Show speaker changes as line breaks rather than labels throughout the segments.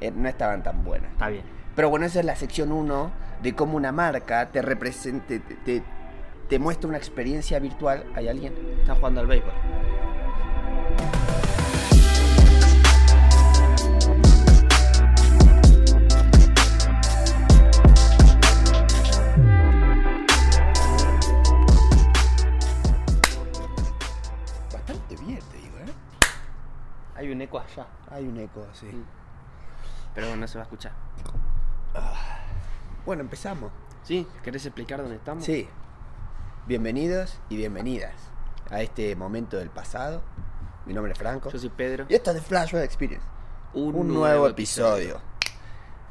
eh, no estaban tan buenas.
Está bien.
Pero bueno, esa es la sección 1 de cómo una marca te representa, te, te- te muestra una experiencia virtual. ¿Hay alguien?
Está jugando al béisbol.
Bastante bien, te digo, ¿eh? Mm.
Hay un eco allá.
Hay un eco, sí.
Pero bueno, no se va a escuchar.
Bueno, empezamos.
¿Sí? ¿Querés explicar dónde estamos?
Sí. Bienvenidos y bienvenidas a este momento del pasado. Mi nombre es Franco.
Yo soy Pedro.
Y esto es de Flashback Experience. Un, nuevo, episodio.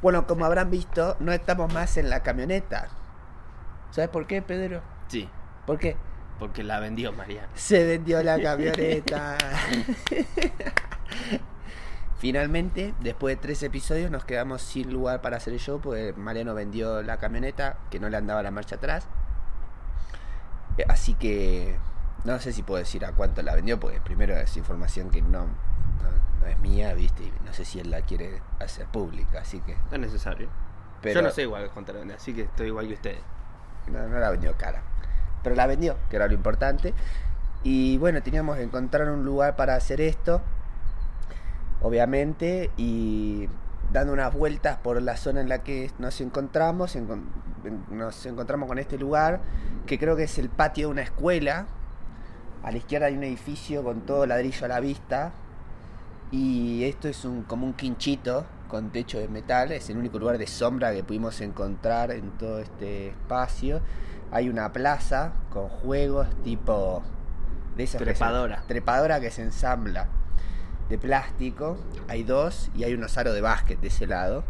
Bueno, como habrán visto, no estamos más en la camioneta. ¿Sabes por qué, Pedro?
Sí,
¿Por qué?
porque la vendió Mariana.
Se vendió la camioneta. Finalmente, después de tres episodios, nos quedamos sin lugar para hacer el show, porque Mariano vendió la camioneta, que no le andaba la marcha atrás. Eh, Así que no sé si puedo decir a cuánto la vendió, porque primero es información que no, no- no es mía, ¿viste? Y no sé si él la quiere hacer pública, así que...
No es necesario.
Pero
Yo no sé igual cuánto la vendió, así que estoy igual que ustedes.
No, no la vendió cara. Pero la vendió, que era lo importante. Y bueno, teníamos que encontrar un lugar para hacer esto. Obviamente. Y dando unas vueltas por la zona en la que nos encontramos. encon- en- nos encontramos con este lugar. Que creo que es el patio de una escuela. A la izquierda hay un edificio con todo ladrillo a la vista. Y esto es un, como un quinchito con techo de metal. Es el único lugar de sombra que pudimos encontrar en todo este espacio. Hay una plaza con juegos tipo... De esas que se-
Trepadora.
trepadora que se ensambla. De plástico. Hay dos y hay unos aros de básquet de ese lado.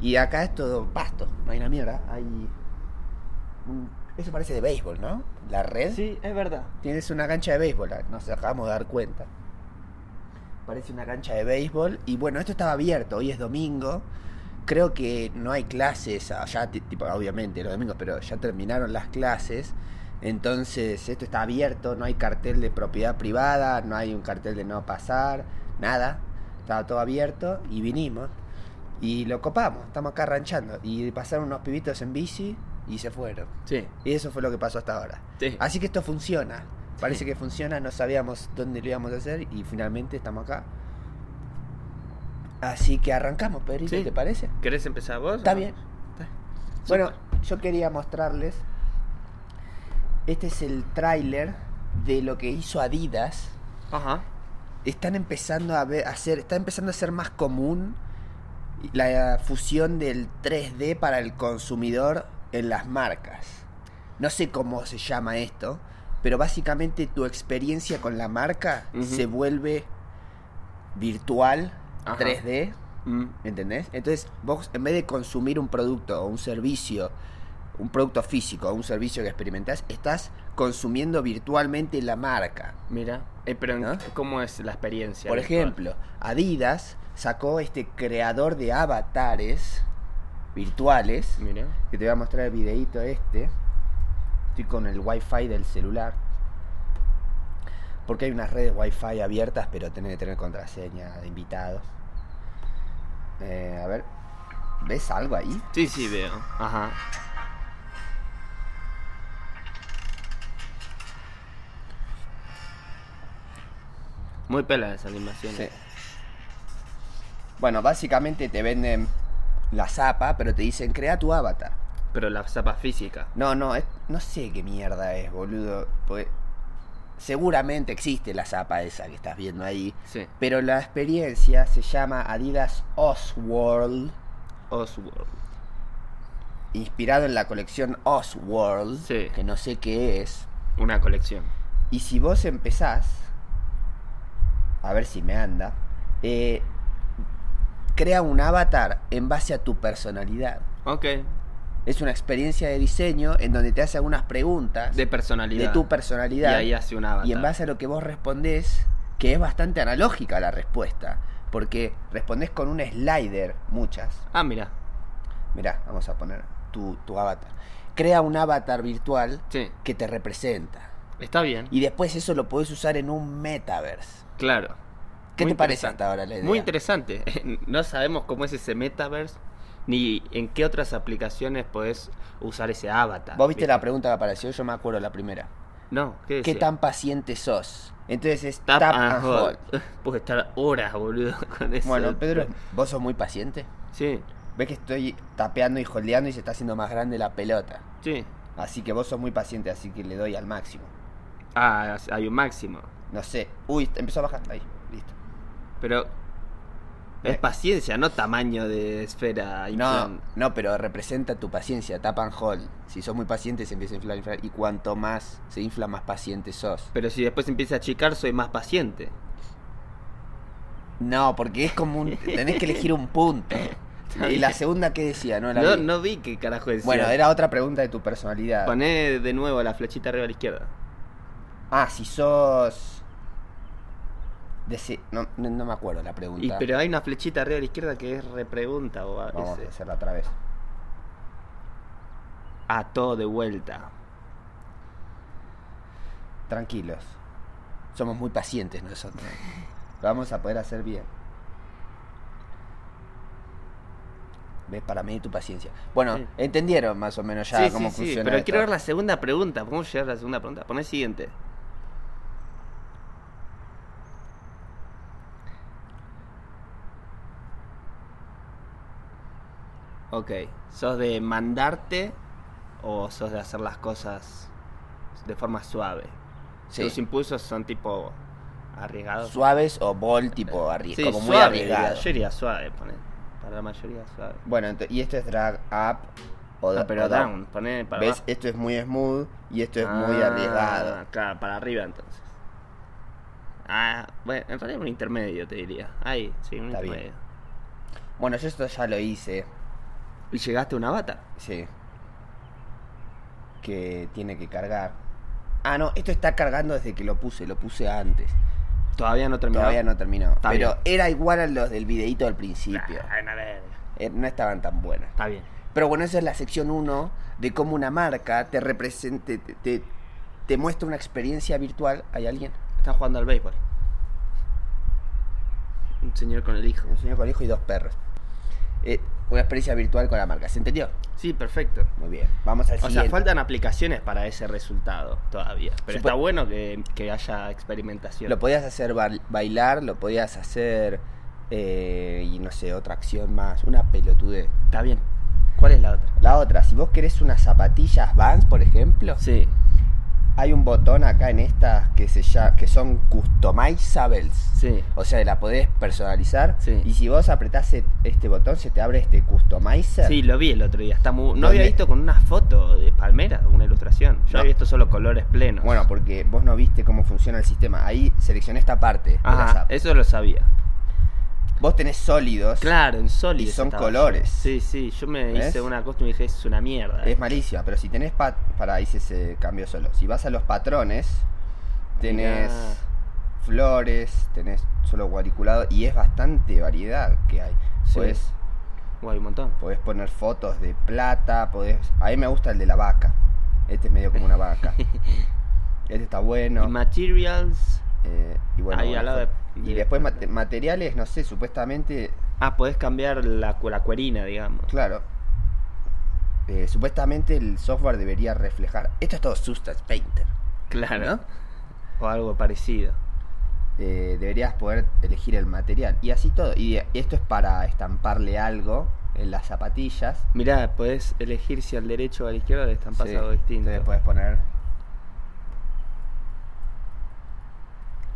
Y acá es todo pasto. No hay una mierda. Hay... un- Eso parece de béisbol, ¿no? La red.
Sí, es verdad.
Tienes una cancha de béisbol, ah, nos acabamos de dar cuenta. Parece una cancha de béisbol. Y bueno, esto estaba abierto, hoy es domingo. Creo que no hay clases, allá, ti- tipo, obviamente los domingos, pero ya terminaron las clases. Entonces, esto está abierto, no hay cartel de propiedad privada, no hay un cartel de no pasar, nada. Estaba todo abierto y vinimos. Y lo copamos, estamos acá ranchando. Y pasaron unos pibitos en bici y se fueron.
Sí.
Y eso fue lo que pasó hasta ahora.
Sí.
Así que esto funciona. Parece
Sí.
que funciona, no sabíamos dónde lo íbamos a hacer y finalmente estamos acá. Así que arrancamos, Pedrito,
Sí.
¿te parece?
¿Querés empezar vos?
Está
o no?
bien.
Está-
Bueno,
Súper.
yo quería mostrarles. Este es el tráiler de lo que hizo Adidas.
Ajá.
Están empezando a ver, a hacer, está empezando a ser más común la fusión del 3D para el consumidor en las marcas. No sé cómo se llama esto, pero básicamente tu experiencia con la marca
Ujú.
se vuelve virtual,
Ajá.
3D,
Mm.
¿entendés? Entonces vos en vez de consumir un producto o un servicio, un producto físico o un servicio que experimentás, estás consumiendo virtualmente la marca.
Mira. Eh, pero en-
¿No?
¿cómo es la experiencia?
Por
virtual?
ejemplo, Adidas sacó este creador de avatares virtuales.
Mira.
Que te voy a mostrar el videíto este. Estoy con el wifi del celular. Porque hay unas redes wifi abiertas, pero tenés que tener contraseña de invitados. Eh, a ver. ¿Ves algo ahí?
Sí, sí, veo. Ajá. Muy pela esa animación.
Sí. Bueno, básicamente te venden la zapa, pero te dicen crea tu avatar.
Pero la zapa física.
No, no, es- no sé qué mierda es, boludo. Porque seguramente existe la zapa esa que estás viendo ahí.
Sí.
Pero la experiencia se llama Adidas Oswald,
Oswald.
inspirado en la colección Oswald,
Sí.
que no sé qué es.
Una colección.
Y si vos empezás, a ver si me anda, eh, crea un avatar en base a tu personalidad.
Ok.
Es una experiencia de diseño en donde te hace algunas preguntas
De
de
personalidad.
tu
Y
personalidad.
ahí hace un avatar.
Y en base a lo que vos respondés, que es bastante analógica la respuesta, porque respondés con un slider, muchas.
Ah, mira.
Mirá, vamos a poner tu, tu avatar. Crea un avatar virtual
Sí.
que te representa.
Está bien.
Y después eso lo podés usar en un metaverse.
Claro.
¿Qué
Muy
te parece
interesante.
hasta ahora la idea?
Muy interesante. No sabemos cómo es ese metaverse ni en qué otras aplicaciones podés usar ese avatar.
Vos viste la pregunta que apareció, yo me acuerdo la primera.
No, ¿qué
¿Qué
decía?
tan paciente sos? Entonces es
Tap
tap, and hold.
Puedo estar horas, boludo, con eso.
Bueno, Pedro, vos sos muy paciente.
Sí,
Ves que estoy tapeando y holdeando y se está haciendo más grande la pelota.
sí.
Así que vos sos muy paciente, así que le doy al máximo.
Ah, hay un máximo.
No sé. Uy, empezó a bajar. Ahí, listo.
Pero es paciencia, no tamaño de esfera.
Eh. No,
inflan-
no, pero representa tu paciencia, tap and hold. Si sos muy paciente se empieza a inflar, inflar, y cuanto más se infla, más paciente sos.
Pero si después empieza a achicar, soy más paciente.
No, porque es como un... tenés que elegir un punto. Y la segunda que decía, ¿no? La
No,
vi.
no vi qué carajo decía.
Bueno, era otra pregunta de tu personalidad.
Poné de nuevo la flechita arriba a la izquierda.
Ah, si sos... dese- No, no, no me acuerdo la pregunta.
Y, pero hay una flechita arriba a la izquierda que es repregunta o a,
Vamos a
ese.
hacerla otra vez.
Ah, todo de vuelta.
Tranquilos. Somos muy pacientes nosotros. Lo vamos a poder hacer bien. ¿Ves? Para medir tu paciencia. Bueno,
Sí.
entendieron más o menos ya
sí,
cómo
sí, sí,
funciona.
pero
esto.
quiero ver la segunda pregunta. ¿Podemos llegar a la segunda pregunta? Poné siguiente. Ok, ¿sos de mandarte o sos de hacer las cosas de forma suave?
Sí.
¿Tus impulsos son tipo arriesgados?
Suaves o bol, tipo arri-
Sí,
como muy
suave, diría.
arriesgado.
Yo iría suave, poné. Para la mayoría suave.
Bueno, ent- y esto es drag up o,
Ah,
da-
pero
o
down, poné para
¿Ves?
abajo.
Esto es muy smooth y esto es muy
Ah,
arriesgado.
Claro, para arriba entonces. Ah, bueno, en realidad un intermedio te diría. Ahí, sí, un
Está bien.
intermedio.
Bueno, yo esto ya lo hice.
Y llegaste a una bata.
Sí. Que tiene que cargar. Ah, no, esto está cargando desde que lo puse, lo puse antes.
Todavía no terminó.
Todavía no terminó.
Está
pero
bien.
era igual a los del videíto al principio.
Ah, una verga.
Eh, No estaban tan buenas.
Está bien.
Pero bueno, esa es la sección 1 de cómo una marca te represente, te, te- te muestra una experiencia virtual. ¿Hay alguien?
Estás jugando al béisbol. Un señor con el hijo.
Un señor con hijo y dos perros. Eh, una experiencia virtual con la marca. ¿Se entendió?
Sí, perfecto.
Muy bien. Vamos al
O
siguiente.
sea, faltan aplicaciones para ese resultado todavía. Pero
Supo-
está bueno que, que haya experimentación.
Lo podías hacer bail- bailar, lo podías hacer. eh, y no sé, otra acción más. Una pelotudez.
Está bien. ¿Cuál es la otra?
La otra, si vos querés unas zapatillas Vans, por ejemplo,
Sí.
hay un botón acá en estas que se llama, que son customizables.
Sí.
O sea, la podés personalizar.
Sí.
Y si vos apretás e- este botón, se te abre este customizer.
Sí, lo vi el otro día. Está muy... No
¿Dónde?
había visto con una foto de palmera, una ilustración. Yo
No.
había visto solo colores plenos.
Bueno, porque vos no viste cómo funciona el sistema. Ahí seleccioné esta parte. de las
Ajá,
apps.
eso lo sabía.
Vos tenés sólidos.
Claro, en sólido.
Y son
estaba
colores.
yo. Sí, sí, yo me
¿Ves?
hice una costumbre y dije, es una mierda. eh".
Es malísima, pero si tenés pat para ahí se- se cambió solo. Si vas a los patrones, tenés
Mirá.
flores, tenés solo cuadriculado y es bastante variedad que hay.
Sí.
Podés,
Uy, hay un montón.
podés poner fotos de plata, podés. A mí me gusta el de la vaca. Este es medio como una vaca. Este está bueno.
Y materials.
eh, y bueno,
ahí al lado
después-
de-
y después mate- materiales, no sé, supuestamente
Ah, podés cambiar la, cu- la cuerina, digamos.
Claro. Eh, supuestamente el software debería reflejar. Esto es todo Substance Painter.
Claro. O algo parecido.
Eh, deberías poder elegir el material. Y así todo. Y eh, esto es para estamparle algo en las zapatillas.
Mirá, podés elegir si al derecho o a la izquierda le están
Sí.
pasando algo distinto.
Entonces puedes poner.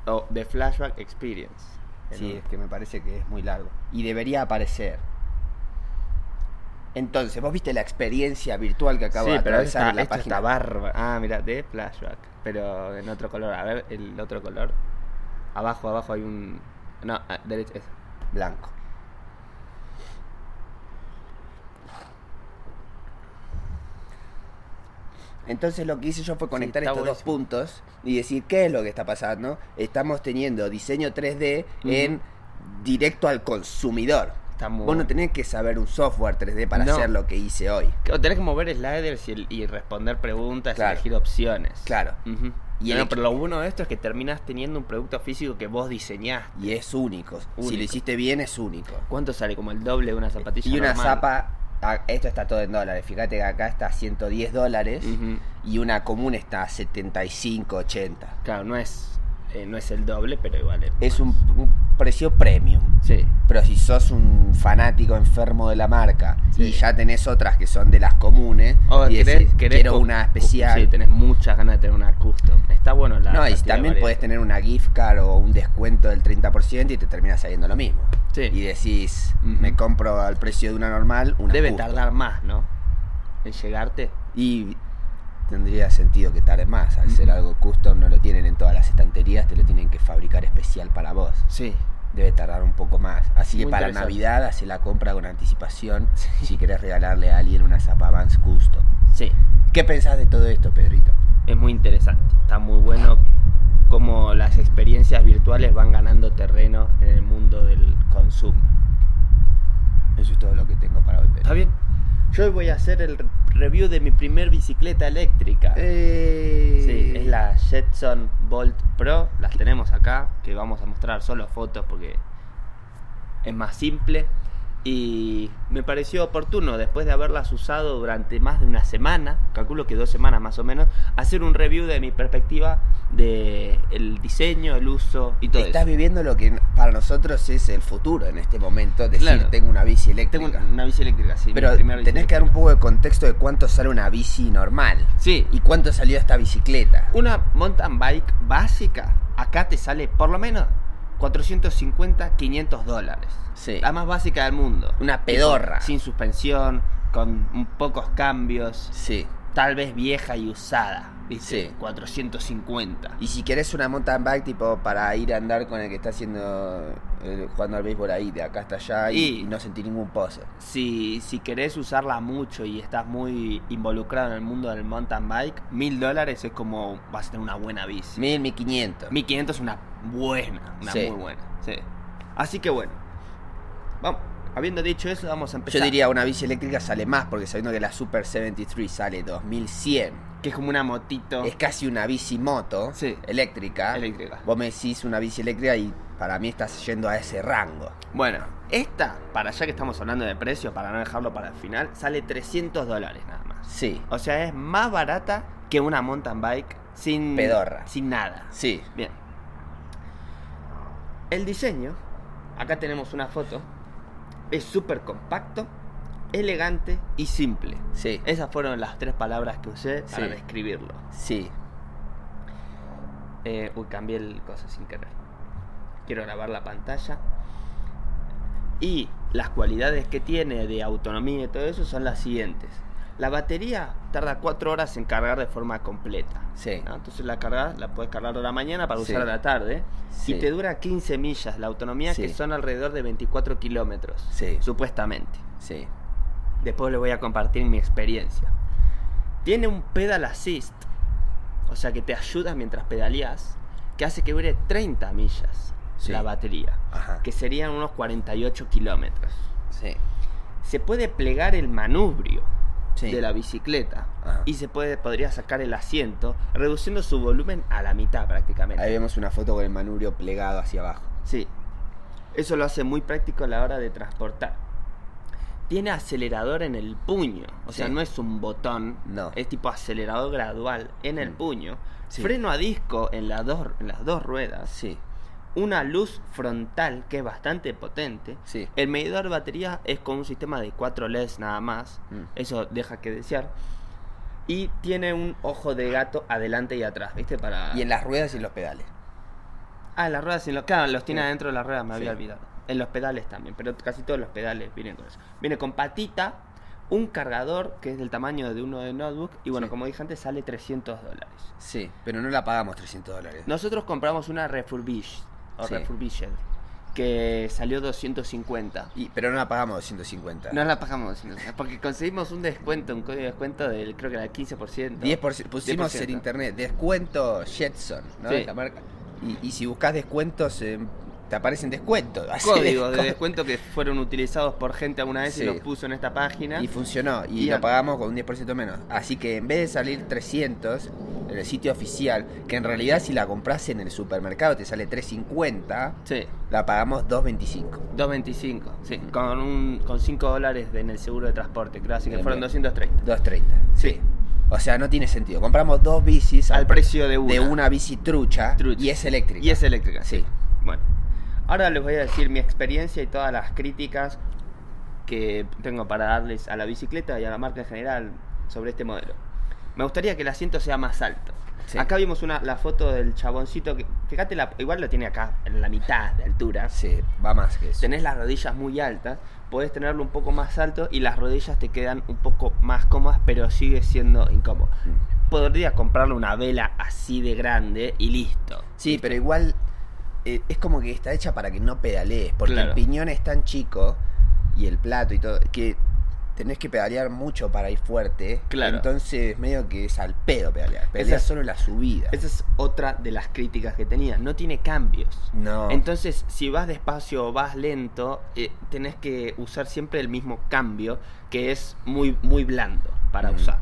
O The Flashback Experience. El
Sí,
uno.
es que me parece que es muy largo. Y debería aparecer. Entonces, vos viste la experiencia virtual que acaba
sí,
de
pero
atravesar
esta,
en la
esta
página.
está bárbara. Ah, mira, de flashback. Pero en otro color. A ver, el otro color. Abajo, abajo hay un. No, ah, derecha. eso.
blanco. Entonces lo que hice yo fue conectar
está
estos dos
buenísimo.
puntos y decir qué es lo que está pasando. Estamos teniendo diseño 3D
Ujú.
en directo al consumidor.
Está muy
Vos no
bueno.
tenés que saber un software 3D para
No.
hacer lo que hice hoy.
O Tenés que mover sliders y, el- y responder preguntas,
Claro.
elegir opciones.
Claro.
Ujú.
Y,
No,
el
no, pero lo bueno de esto es que terminás teniendo un producto físico que vos diseñaste.
equi- y es único. Si
Único.
lo hiciste bien, es único.
¿Cuánto sale? Como el doble de una zapatilla.
Y una
normal.
zapa, ah, esto está todo en dólares. Fíjate que acá está a 110 dólares
Ujú.
y una común está a 75, 80.
Claro, no es, eh, no es el doble, pero igual.
Es un, un precio premium.
Sí.
Pero si sos un fanático enfermo de la marca
Sí.
y ya tenés otras que son de las comunes,
O
y
querés-
decís,
querés
quiero
cu-
una
cu-
especial.
Sí, tenés muchas ganas de tener una custom. Está bueno la.
no, y
cantidad de
también
variedad.
podés tener una gift card o un descuento del 30% y te termina saliendo lo mismo.
Sí.
Y decís,
Ujú.
me compro al precio de una normal, una
Debe
custom.
tardar más, ¿no? En llegarte.
Y tendría sentido que tarde más. Al ser
Ujú.
algo custom, no lo tienen en todas las estanterías, te lo tienen que fabricar especial para vos.
Sí.
Debe tardar un poco más. Así que
Muy
para
interesante.
Navidad, hace la compra con anticipación si querés regalarle a alguien una Zapa Vans custom.
Sí.
¿Qué pensás de todo esto, Pedrito?
Es muy interesante. Está muy bueno cómo las experiencias virtuales van ganando terreno en el mundo del consumo.
Eso es todo lo que tengo para hoy, Pedro.
Está bien. Yo hoy voy a hacer el re- review de mi primer bicicleta eléctrica.
Eh,
Sí, es la Jetson Bolt Pro. Las tenemos acá, que vamos a mostrar solo fotos porque es más simple. Y me pareció oportuno, después de haberlas usado durante más de una semana, calculo que dos semanas más o menos, hacer un review de mi perspectiva de el diseño, el uso y todo
Estás
eso.
viviendo lo que para nosotros es el futuro en este momento. Decir,
Claro.
tengo una bici
Tengo
eléctrica.
una, una bici eléctrica, sí. mi
Pero
primera bici
tenés que dar un
eléctrica.
poco de contexto de cuánto sale una bici normal.
Sí,
¿Y cuánto salió esta bicicleta?
Una mountain bike básica, acá te sale por lo menos 450, 500 dólares.
Sí.
La más básica del mundo.
Una pedorra.
Sin suspensión, con un- pocos cambios,
Sí.
tal vez vieja y usada. ¿viste?
Sí.
450.
Y si querés una mountain bike tipo para ir a andar con el que está haciendo eh, jugando al béisbol ahí, de acá hasta allá y,
Y-
y no sentir ningún pozo.
Si, si querés usarla mucho y estás muy involucrado en el mundo del mountain bike, mil dólares es como vas a tener una buena bici.
Mil, mil quinientos.
1500 es una buena, una
Sí.
muy buena. sí. Así que bueno, vamos, habiendo dicho eso, vamos a empezar.
Yo diría una bici eléctrica sale más porque sabiendo que la Super 73 sale 2100.
que es como una motito.
Es casi una bici moto
Sí.
eléctrica.
Eléctrica.
Vos me decís una bici eléctrica y para mí estás yendo a ese rango.
Bueno, esta, para ya que estamos hablando de precio, para no dejarlo para el final, sale 300 dólares nada más.
Sí.
O sea, es más barata que una mountain bike sin.
Pedorra.
Sin nada.
Sí.
Bien. El diseño, acá tenemos una foto, es súper compacto, elegante y simple.
Sí.
Esas fueron las tres palabras que usé para
Sí.
describirlo.
Sí.
Eh, uy, cambié el cosa sin querer. Quiero grabar la pantalla. Y las cualidades que tiene de autonomía y todo eso son las siguientes. La batería tarda 4 horas en cargar de forma completa.
Sí.
¿no? Entonces la cargas, la puedes cargar a la mañana para
Sí.
usar a la tarde.
Sí.
Y te dura 15 millas la autonomía,
Sí.
que son alrededor de 24 kilómetros,
Sí.
supuestamente.
Sí.
Después le voy a compartir mi experiencia. Tiene un pedal assist, o sea que te ayuda mientras pedaleas, que hace que dure 30 millas
Sí.
la batería,
Ajá.
que serían unos 48 kilómetros.
Sí.
Se puede plegar el manubrio
Sí.
de la bicicleta
Ajá.
y se puede, podría sacar el asiento, reduciendo su volumen a la mitad prácticamente.
Ahí vemos una foto con el manubrio plegado hacia abajo.
Sí. Eso lo hace muy práctico a la hora de transportar. Tiene acelerador en el puño. O sea,
Sí.
no es un botón.
No.
Es tipo acelerador gradual en el
Mm.
puño.
Sí.
Freno a disco en, las dos, en las dos ruedas.
Sí.
Una luz frontal que es bastante potente.
Sí.
El medidor de batería es con un sistema de 4 LEDs nada más.
Mm.
Eso deja que desear. Y tiene un ojo de gato adelante y atrás, ¿viste? Para...
Y en las ruedas y en los pedales.
Ah, las ruedas, en los, claro, los tiene
Sí.
adentro de las ruedas, me había
Sí.
olvidado. En los pedales también, pero casi todos los pedales vienen con eso. Viene con patita, un cargador que es del tamaño de uno de notebook y bueno,
Sí.
como dije antes, sale 300 dólares.
Sí. Pero no la pagamos 300 dólares.
Nosotros compramos una refurbished, o
Sí.
refurbished, que salió 250.
Y- pero no la pagamos 250.
No la pagamos, sino- porque conseguimos un descuento, un código de descuento del, creo que era el 15%.
10%, pusimos
10%.
en internet descuento Jetson, ¿no?
Sí.
La marca. Y, y si buscas descuentos, eh, te aparecen descuentos. Así
Códigos de
descu-
descuento que fueron utilizados por gente alguna vez y
Sí.
los puso en esta página.
Y funcionó, y
Y
lo
an-
pagamos con un 10% menos. Así que en vez de salir 300, en el sitio oficial, que en realidad si la compras en el supermercado te sale 3.50,
Sí,
la pagamos 2.25.
2.25. Sí, con, un, con 5 dólares de- en el seguro de transporte, creo. Así que
Bien,
fueron
bien.
230.
2.30.
Sí.
O sea, no tiene sentido. Compramos dos bicis
Al
pre-
precio de una.
de una bici trucha,
Trucha.
y es eléctrica.
Y es eléctrica.
Sí.
Bueno. Ahora les voy a decir mi experiencia y todas las críticas que tengo para darles a la bicicleta y a la marca en general sobre este modelo. Me gustaría que el asiento sea más alto.
Sí.
Acá vimos una, la foto del chaboncito que, fíjate, la, igual lo tiene acá, en la mitad de altura.
Sí, va más que eso.
tenés las rodillas muy altas, podés tenerlo un poco más alto y las rodillas te quedan un poco más cómodas, pero sigue siendo incómodo. Podrías comprarle una vela así de grande y listo.
Sí, pero igual eh, es como que está hecha para que no pedalees, porque
Claro.
el piñón es tan chico y el plato y todo, que tenés que pedalear mucho para ir fuerte.
Claro.
Entonces, medio que es al pedo pedalear. Pedaleas
Esa-
solo en la subida.
Esa es otra de las críticas que tenía. No tiene cambios.
No.
Entonces, si vas despacio o vas lento, eh, tenés que usar siempre el mismo cambio, que es muy, muy blando para
Mm.
usar.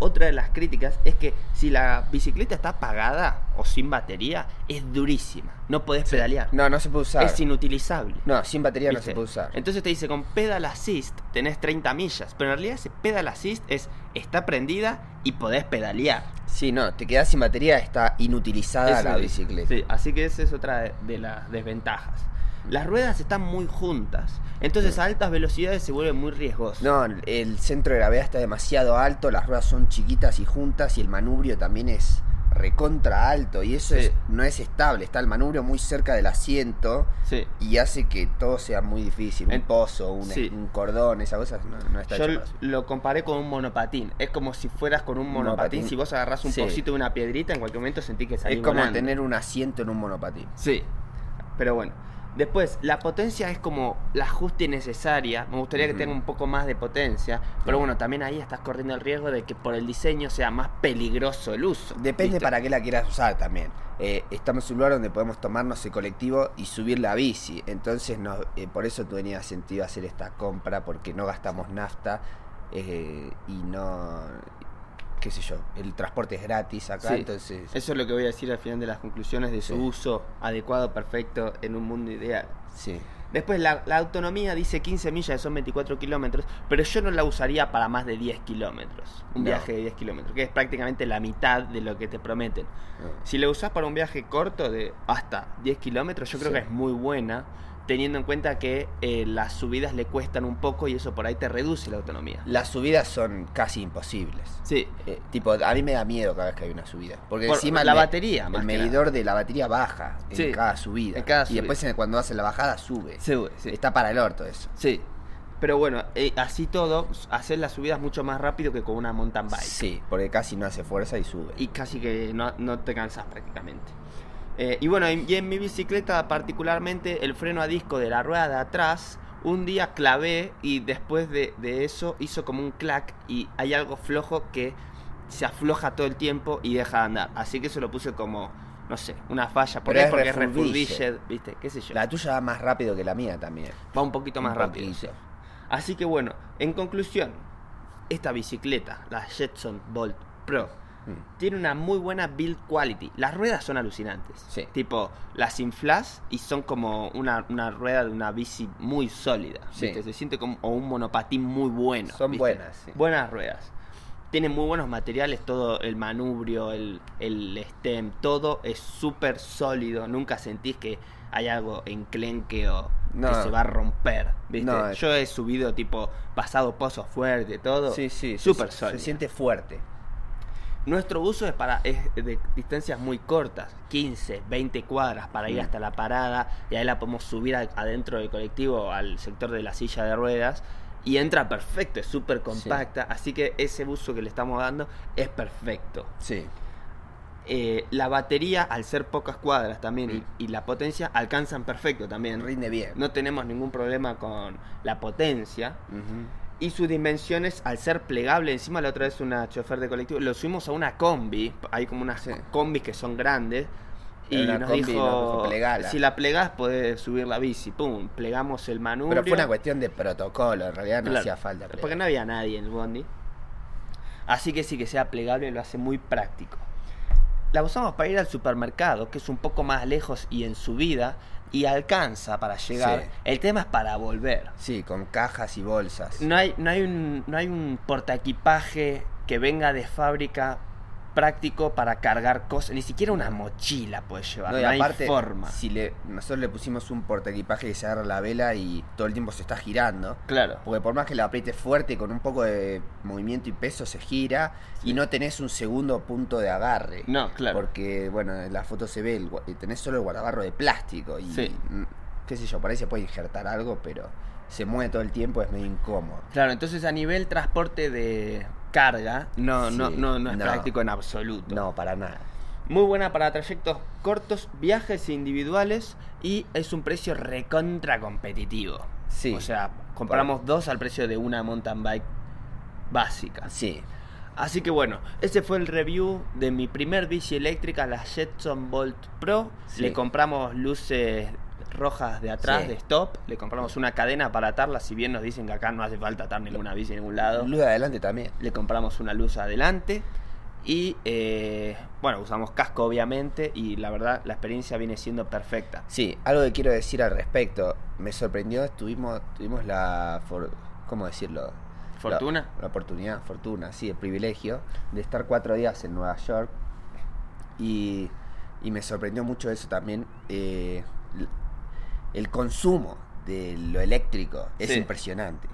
Otra de las críticas es que si la bicicleta está apagada o sin batería, es durísima. No podés pedalear.
No, no se puede usar.
es inutilizable.
No, sin batería no
¿viste?
se puede usar.
Entonces te dice, con pedal assist tenés 30 millas, pero en realidad ese pedal assist es, está prendida y podés pedalear.
Sí, no, te quedás sin batería, está inutilizada
Es
Ah, la
una-
bicicleta.
Sí, así que esa es otra de, de las desventajas. Las ruedas están muy juntas, entonces a altas velocidades se vuelve muy riesgoso.
No, el centro de gravedad está demasiado alto, las ruedas son chiquitas y juntas y el manubrio también es recontra alto y eso
Sí.
es- no es estable, está el manubrio muy cerca del asiento
Sí.
y hace que todo sea muy difícil, un
En-
pozo, un,
sí.
un cordón, esas cosas no, no está
Yo
hecho para eso.
lo comparé con un monopatín. Es como si fueras con un monopatín.
Monopatín.
Si vos agarrás un
Sí.
pocito de una piedrita, en cualquier momento sentís que salís
Es como
volando.
tener un asiento en un monopatín.
Sí. Pero bueno. Después, la potencia es como la justa y necesaria. Me gustaría que
Ujú.
tenga un poco más de potencia. Pero bueno, también ahí estás corriendo el riesgo de que por el diseño sea más peligroso el uso.
Depende
¿viste?
para qué la quieras usar también. Eh, estamos en un lugar donde podemos tomarnos el colectivo y subir la bici. Entonces, no, eh, por eso tenía sentido hacer esta compra, porque no gastamos nafta eh, y no. qué sé yo, el transporte es gratis acá,
Sí.
entonces.
Eso es lo que voy a decir al final de las conclusiones de su
Sí.
uso adecuado, perfecto, en un mundo ideal.
Sí.
Después, la, la autonomía dice 15 millas, que son 24 kilómetros, pero yo no la usaría para más de 10 kilómetros. Un
No.
viaje de 10 kilómetros, que es prácticamente la mitad de lo que te prometen.
no.
Si la usás para un viaje corto de hasta 10 kilómetros, yo creo
Sí.
que es muy buena, teniendo en cuenta que eh, las subidas le cuestan un poco y eso por ahí te reduce la autonomía.
Las subidas son casi imposibles.
Sí,
Eh, tipo, a mí me da miedo cada vez que hay una subida. Porque
Por
encima
la
el me-
batería, más
el
que
medidor de la batería baja en
Sí,
cada subida.
en cada
Y
subida.
después en- cuando hacen la bajada sube.
Sube, sí.
Está para el orto eso.
Sí. Pero bueno, eh, así todo, hacer las subidas mucho más rápido que con una mountain bike.
Sí, porque casi no hace fuerza y sube.
Y casi que no, no te cansas prácticamente. Eh, y bueno, en- y en mi bicicleta particularmente el freno a disco de la rueda de atrás, un día clavé y después de, de eso hizo como un clac y hay algo flojo que se afloja todo el tiempo y deja de andar. Así que eso lo puse como, no sé, una falla. Por
Pero
ahí
es
porque es
refurbished.
refurbished, viste, qué sé yo.
La tuya va más rápido que la mía también.
Va un poquito más
Un
rápido.
poquito.
sí. Así que bueno, en conclusión, esta bicicleta, la Jetson Bolt Pro,
Mm.
tiene una muy buena build quality. Las ruedas son alucinantes.
Sí.
Tipo, las inflas y son como una, una rueda de una bici muy sólida.
Sí.
¿viste? Se siente como o un monopatín muy bueno.
Son
¿viste?
buenas, sí.
Buenas ruedas. Tiene muy buenos materiales, todo el manubrio, el, el stem, todo es súper sólido. Nunca sentís que hay algo enclenque o
No.
que se va a romper. ¿viste?
No, es-
Yo he subido, tipo, pasado pozos fuertes, todo.
Sí, sí, se-
Súper
se,
sólido.
siente fuerte.
Nuestro uso es para es de distancias muy cortas, 15, 20 cuadras para ir
Mm.
hasta la parada y ahí la podemos subir a- adentro del colectivo al sector de la silla de ruedas y entra perfecto, es súper compacta, así que ese uso que le estamos dando es perfecto.
Sí.
Eh, la batería, al ser pocas cuadras también y, y la potencia, alcanzan perfecto también.
Rinde bien.
No tenemos ningún problema con la potencia.
Ujú.
Y sus dimensiones, al ser plegable, encima la otra vez una chofer de colectivo, lo subimos a una combi, hay como unas eh,
Sí.
combis que son grandes, y
Era una
nos
combi, nos
dijo,
dijo, "Plegala".
si la plegás podés subir la bici, pum, plegamos el manubrio.
Pero fue una cuestión de protocolo, en realidad no
Claro,
hacía falta. pero-
Porque no había nadie en el bondi. Así que sí que sea plegable lo hace muy práctico. La usamos para ir al supermercado, que es un poco más lejos y en subida, y alcanza para llegar.
Sí.
El tema es para volver.
Sí, con cajas y bolsas.
No hay, no hay un, no hay un portaequipaje que venga de fábrica práctico para cargar cosas. Ni siquiera una mochila puedes llevar. No,
No, y aparte,
hay forma.
si le, nosotros le pusimos un portaequipaje que se agarra la vela y todo el tiempo se está girando.
Claro.
Porque por más que la aprietes fuerte con un poco de movimiento y peso se gira y no tenés un segundo punto de agarre.
No, claro.
Porque, bueno, en la foto se ve, el gua- eh, tenés solo el guardabarro de plástico y
Sí.
mm, qué sé yo, por ahí se puede injertar algo, pero se mueve todo el tiempo, es medio incómodo.
Claro, entonces a nivel transporte de carga, no, no,
Sí,
no, no es
no.
práctico en absoluto.
No, para nada.
Muy buena para trayectos cortos, viajes individuales y es un precio recontra competitivo.
Sí.
O sea, compramos dos al precio de una mountain bike básica.
Sí.
Así que bueno, ese fue el review de mi primer bici eléctrica, la Jetson Bolt Pro.
Sí.
Le compramos luces rojas de atrás,
Sí.
de stop. Le compramos una cadena para atarla, si bien nos dicen que acá no hace falta atar ninguna bici en ningún lado.
Luz de adelante también.
Le compramos una luz adelante. Y eh, bueno, usamos casco obviamente y la verdad la experiencia viene siendo perfecta.
Sí, algo que quiero decir al respecto. Me sorprendió, estuvimos, tuvimos la... for- ¿Cómo decirlo?
¿Fortuna?
La, la oportunidad, fortuna, sí, el privilegio de estar cuatro días en Nueva York. Y, y me sorprendió mucho eso también. eh, l- el consumo de lo eléctrico es
Sí.
impresionante.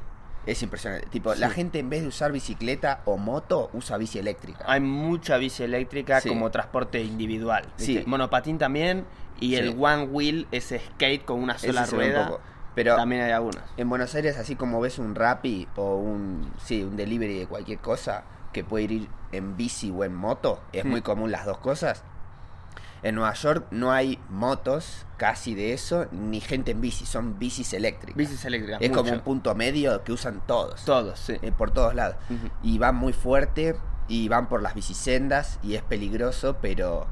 Es impresionante. Tipo,
Sí.
la gente en vez de usar bicicleta o moto, usa bici eléctrica.
Hay mucha bici eléctrica
Sí.
como transporte individual.
Sí.
¿viste? Monopatín también y
Sí.
el one wheel, ese skate con una
Eso
sola
se ve un
rueda.
poco. Pero
También hay algunas.
En Buenos Aires, así como ves un Rappi o un, sí, un delivery de cualquier cosa que puede ir en bici o en moto, es
Hmm.
muy común las dos cosas. En Nueva York no hay motos casi de eso, ni gente en bici, son bicis eléctricas.
Bicis eléctricas.
es como
mucho.
un punto medio que usan todos,
Todos, sí.
eh, por todos lados.
Ujú.
Y van muy fuerte y van por las bicisendas y es peligroso, pero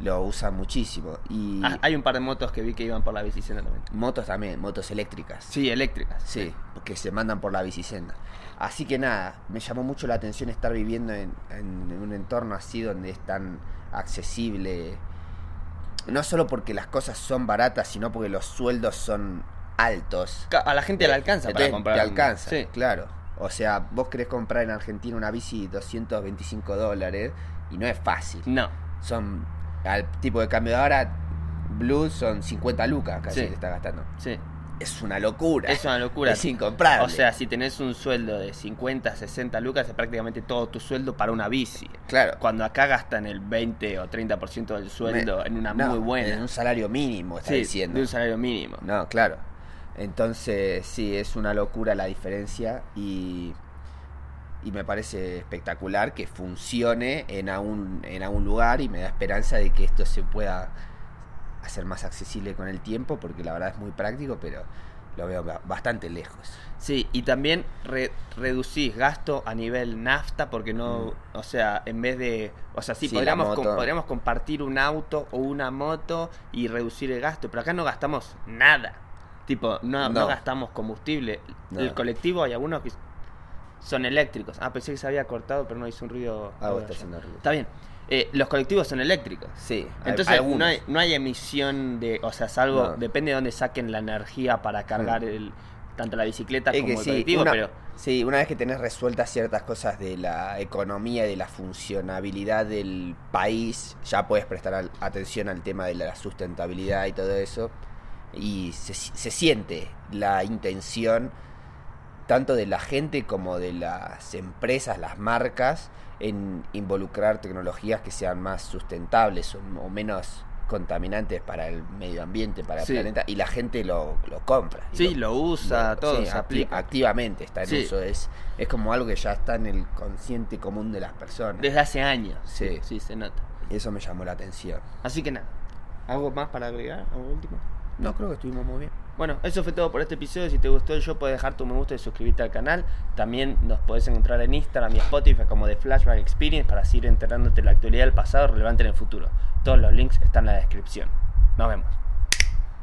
lo usan muchísimo. Y
Ah, hay un par de motos que vi que iban por la bicicleta también.
motos también, motos eléctricas.
Sí, eléctricas.
Sí, porque se mandan por la bicicenda. Así que nada, me llamó mucho la atención estar viviendo en, en- en un entorno así donde es tan accesible. No solo porque las cosas son baratas, sino porque los sueldos son altos.
Ca- A la Eh, gente le alcanza para
Entonces,
comprar.
Te
un-
alcanza,
Sí.
claro. O sea, vos querés comprar en Argentina una bici 225 dólares y no es fácil.
No.
Son, al tipo de cambio de ahora, Blue son 50 lucas casi
Sí.
que está gastando.
Sí.
Es una locura.
Eh, Es una locura.
Es incomparable.
O sea, si tenés un sueldo de 50, 60 lucas, es prácticamente todo tu sueldo para una bici.
Claro.
Cuando acá gastan el 20 o 30% del sueldo
Me-
en una
no,
muy buena.
En un salario mínimo, está
Sí,
diciendo.
de un salario mínimo.
No, claro. Entonces, sí, es una locura la diferencia y, y me parece espectacular que funcione en algún, en algún lugar y me da esperanza de que esto se pueda hacer más accesible con el tiempo porque la verdad es muy práctico, pero lo veo ba- bastante lejos.
Sí, y también re- reducís gasto a nivel nafta porque no, o sea, en vez de, o sea, sí,
Mm. Sí, la
podríamos,
moto.
com- podríamos compartir un auto o una moto y reducir el gasto, pero acá no gastamos nada. Tipo, no, no
No.
gastamos combustible.
No.
El colectivo hay algunos que son eléctricos. Ah, pensé que se había cortado, pero no hizo un ruido.
Ah, vos
allá.
estás haciendo ruido.
Está bien. Eh, los colectivos son eléctricos.
Sí, hay-
Entonces no
algunos.
hay, no hay emisión de, o sea, salvo,
No. Mm.
depende de dónde saquen la energía para cargar el, tanto la bicicleta
Es
como
que
el
sí,
colectivo,
una,
pero
sí, una vez que tenés resueltas ciertas cosas de la economía y de la funcionabilidad del país, ya puedes prestar al- atención al tema de la sustentabilidad y todo eso. Y se, si- se siente la intención tanto de la gente como de las empresas, las marcas, en involucrar tecnologías que sean más sustentables o, o menos contaminantes para el medio ambiente, para
Sí.
el planeta, y la gente lo, lo compra. y
sí, lo usa,
bueno,
todo
sí,
se
acti-
aplica.
Activamente está en
Sí.
uso. Es, es como algo que ya está en el consciente común de las personas.
Desde hace años, sí.
Sí.
sí, se nota.
Eso me llamó la atención.
Así que nada, ¿algo más para agregar? ¿Algo último?
No, creo que estuvimos muy bien.
Bueno, eso fue todo por este episodio. Si te gustó el show, puedes dejar tu me gusta y suscribirte al canal. También nos podés encontrar en Instagram y Spotify como The Flashback Experience para seguir enterándote de la actualidad del pasado relevante en el futuro. Todos los links están en la descripción. Nos vemos.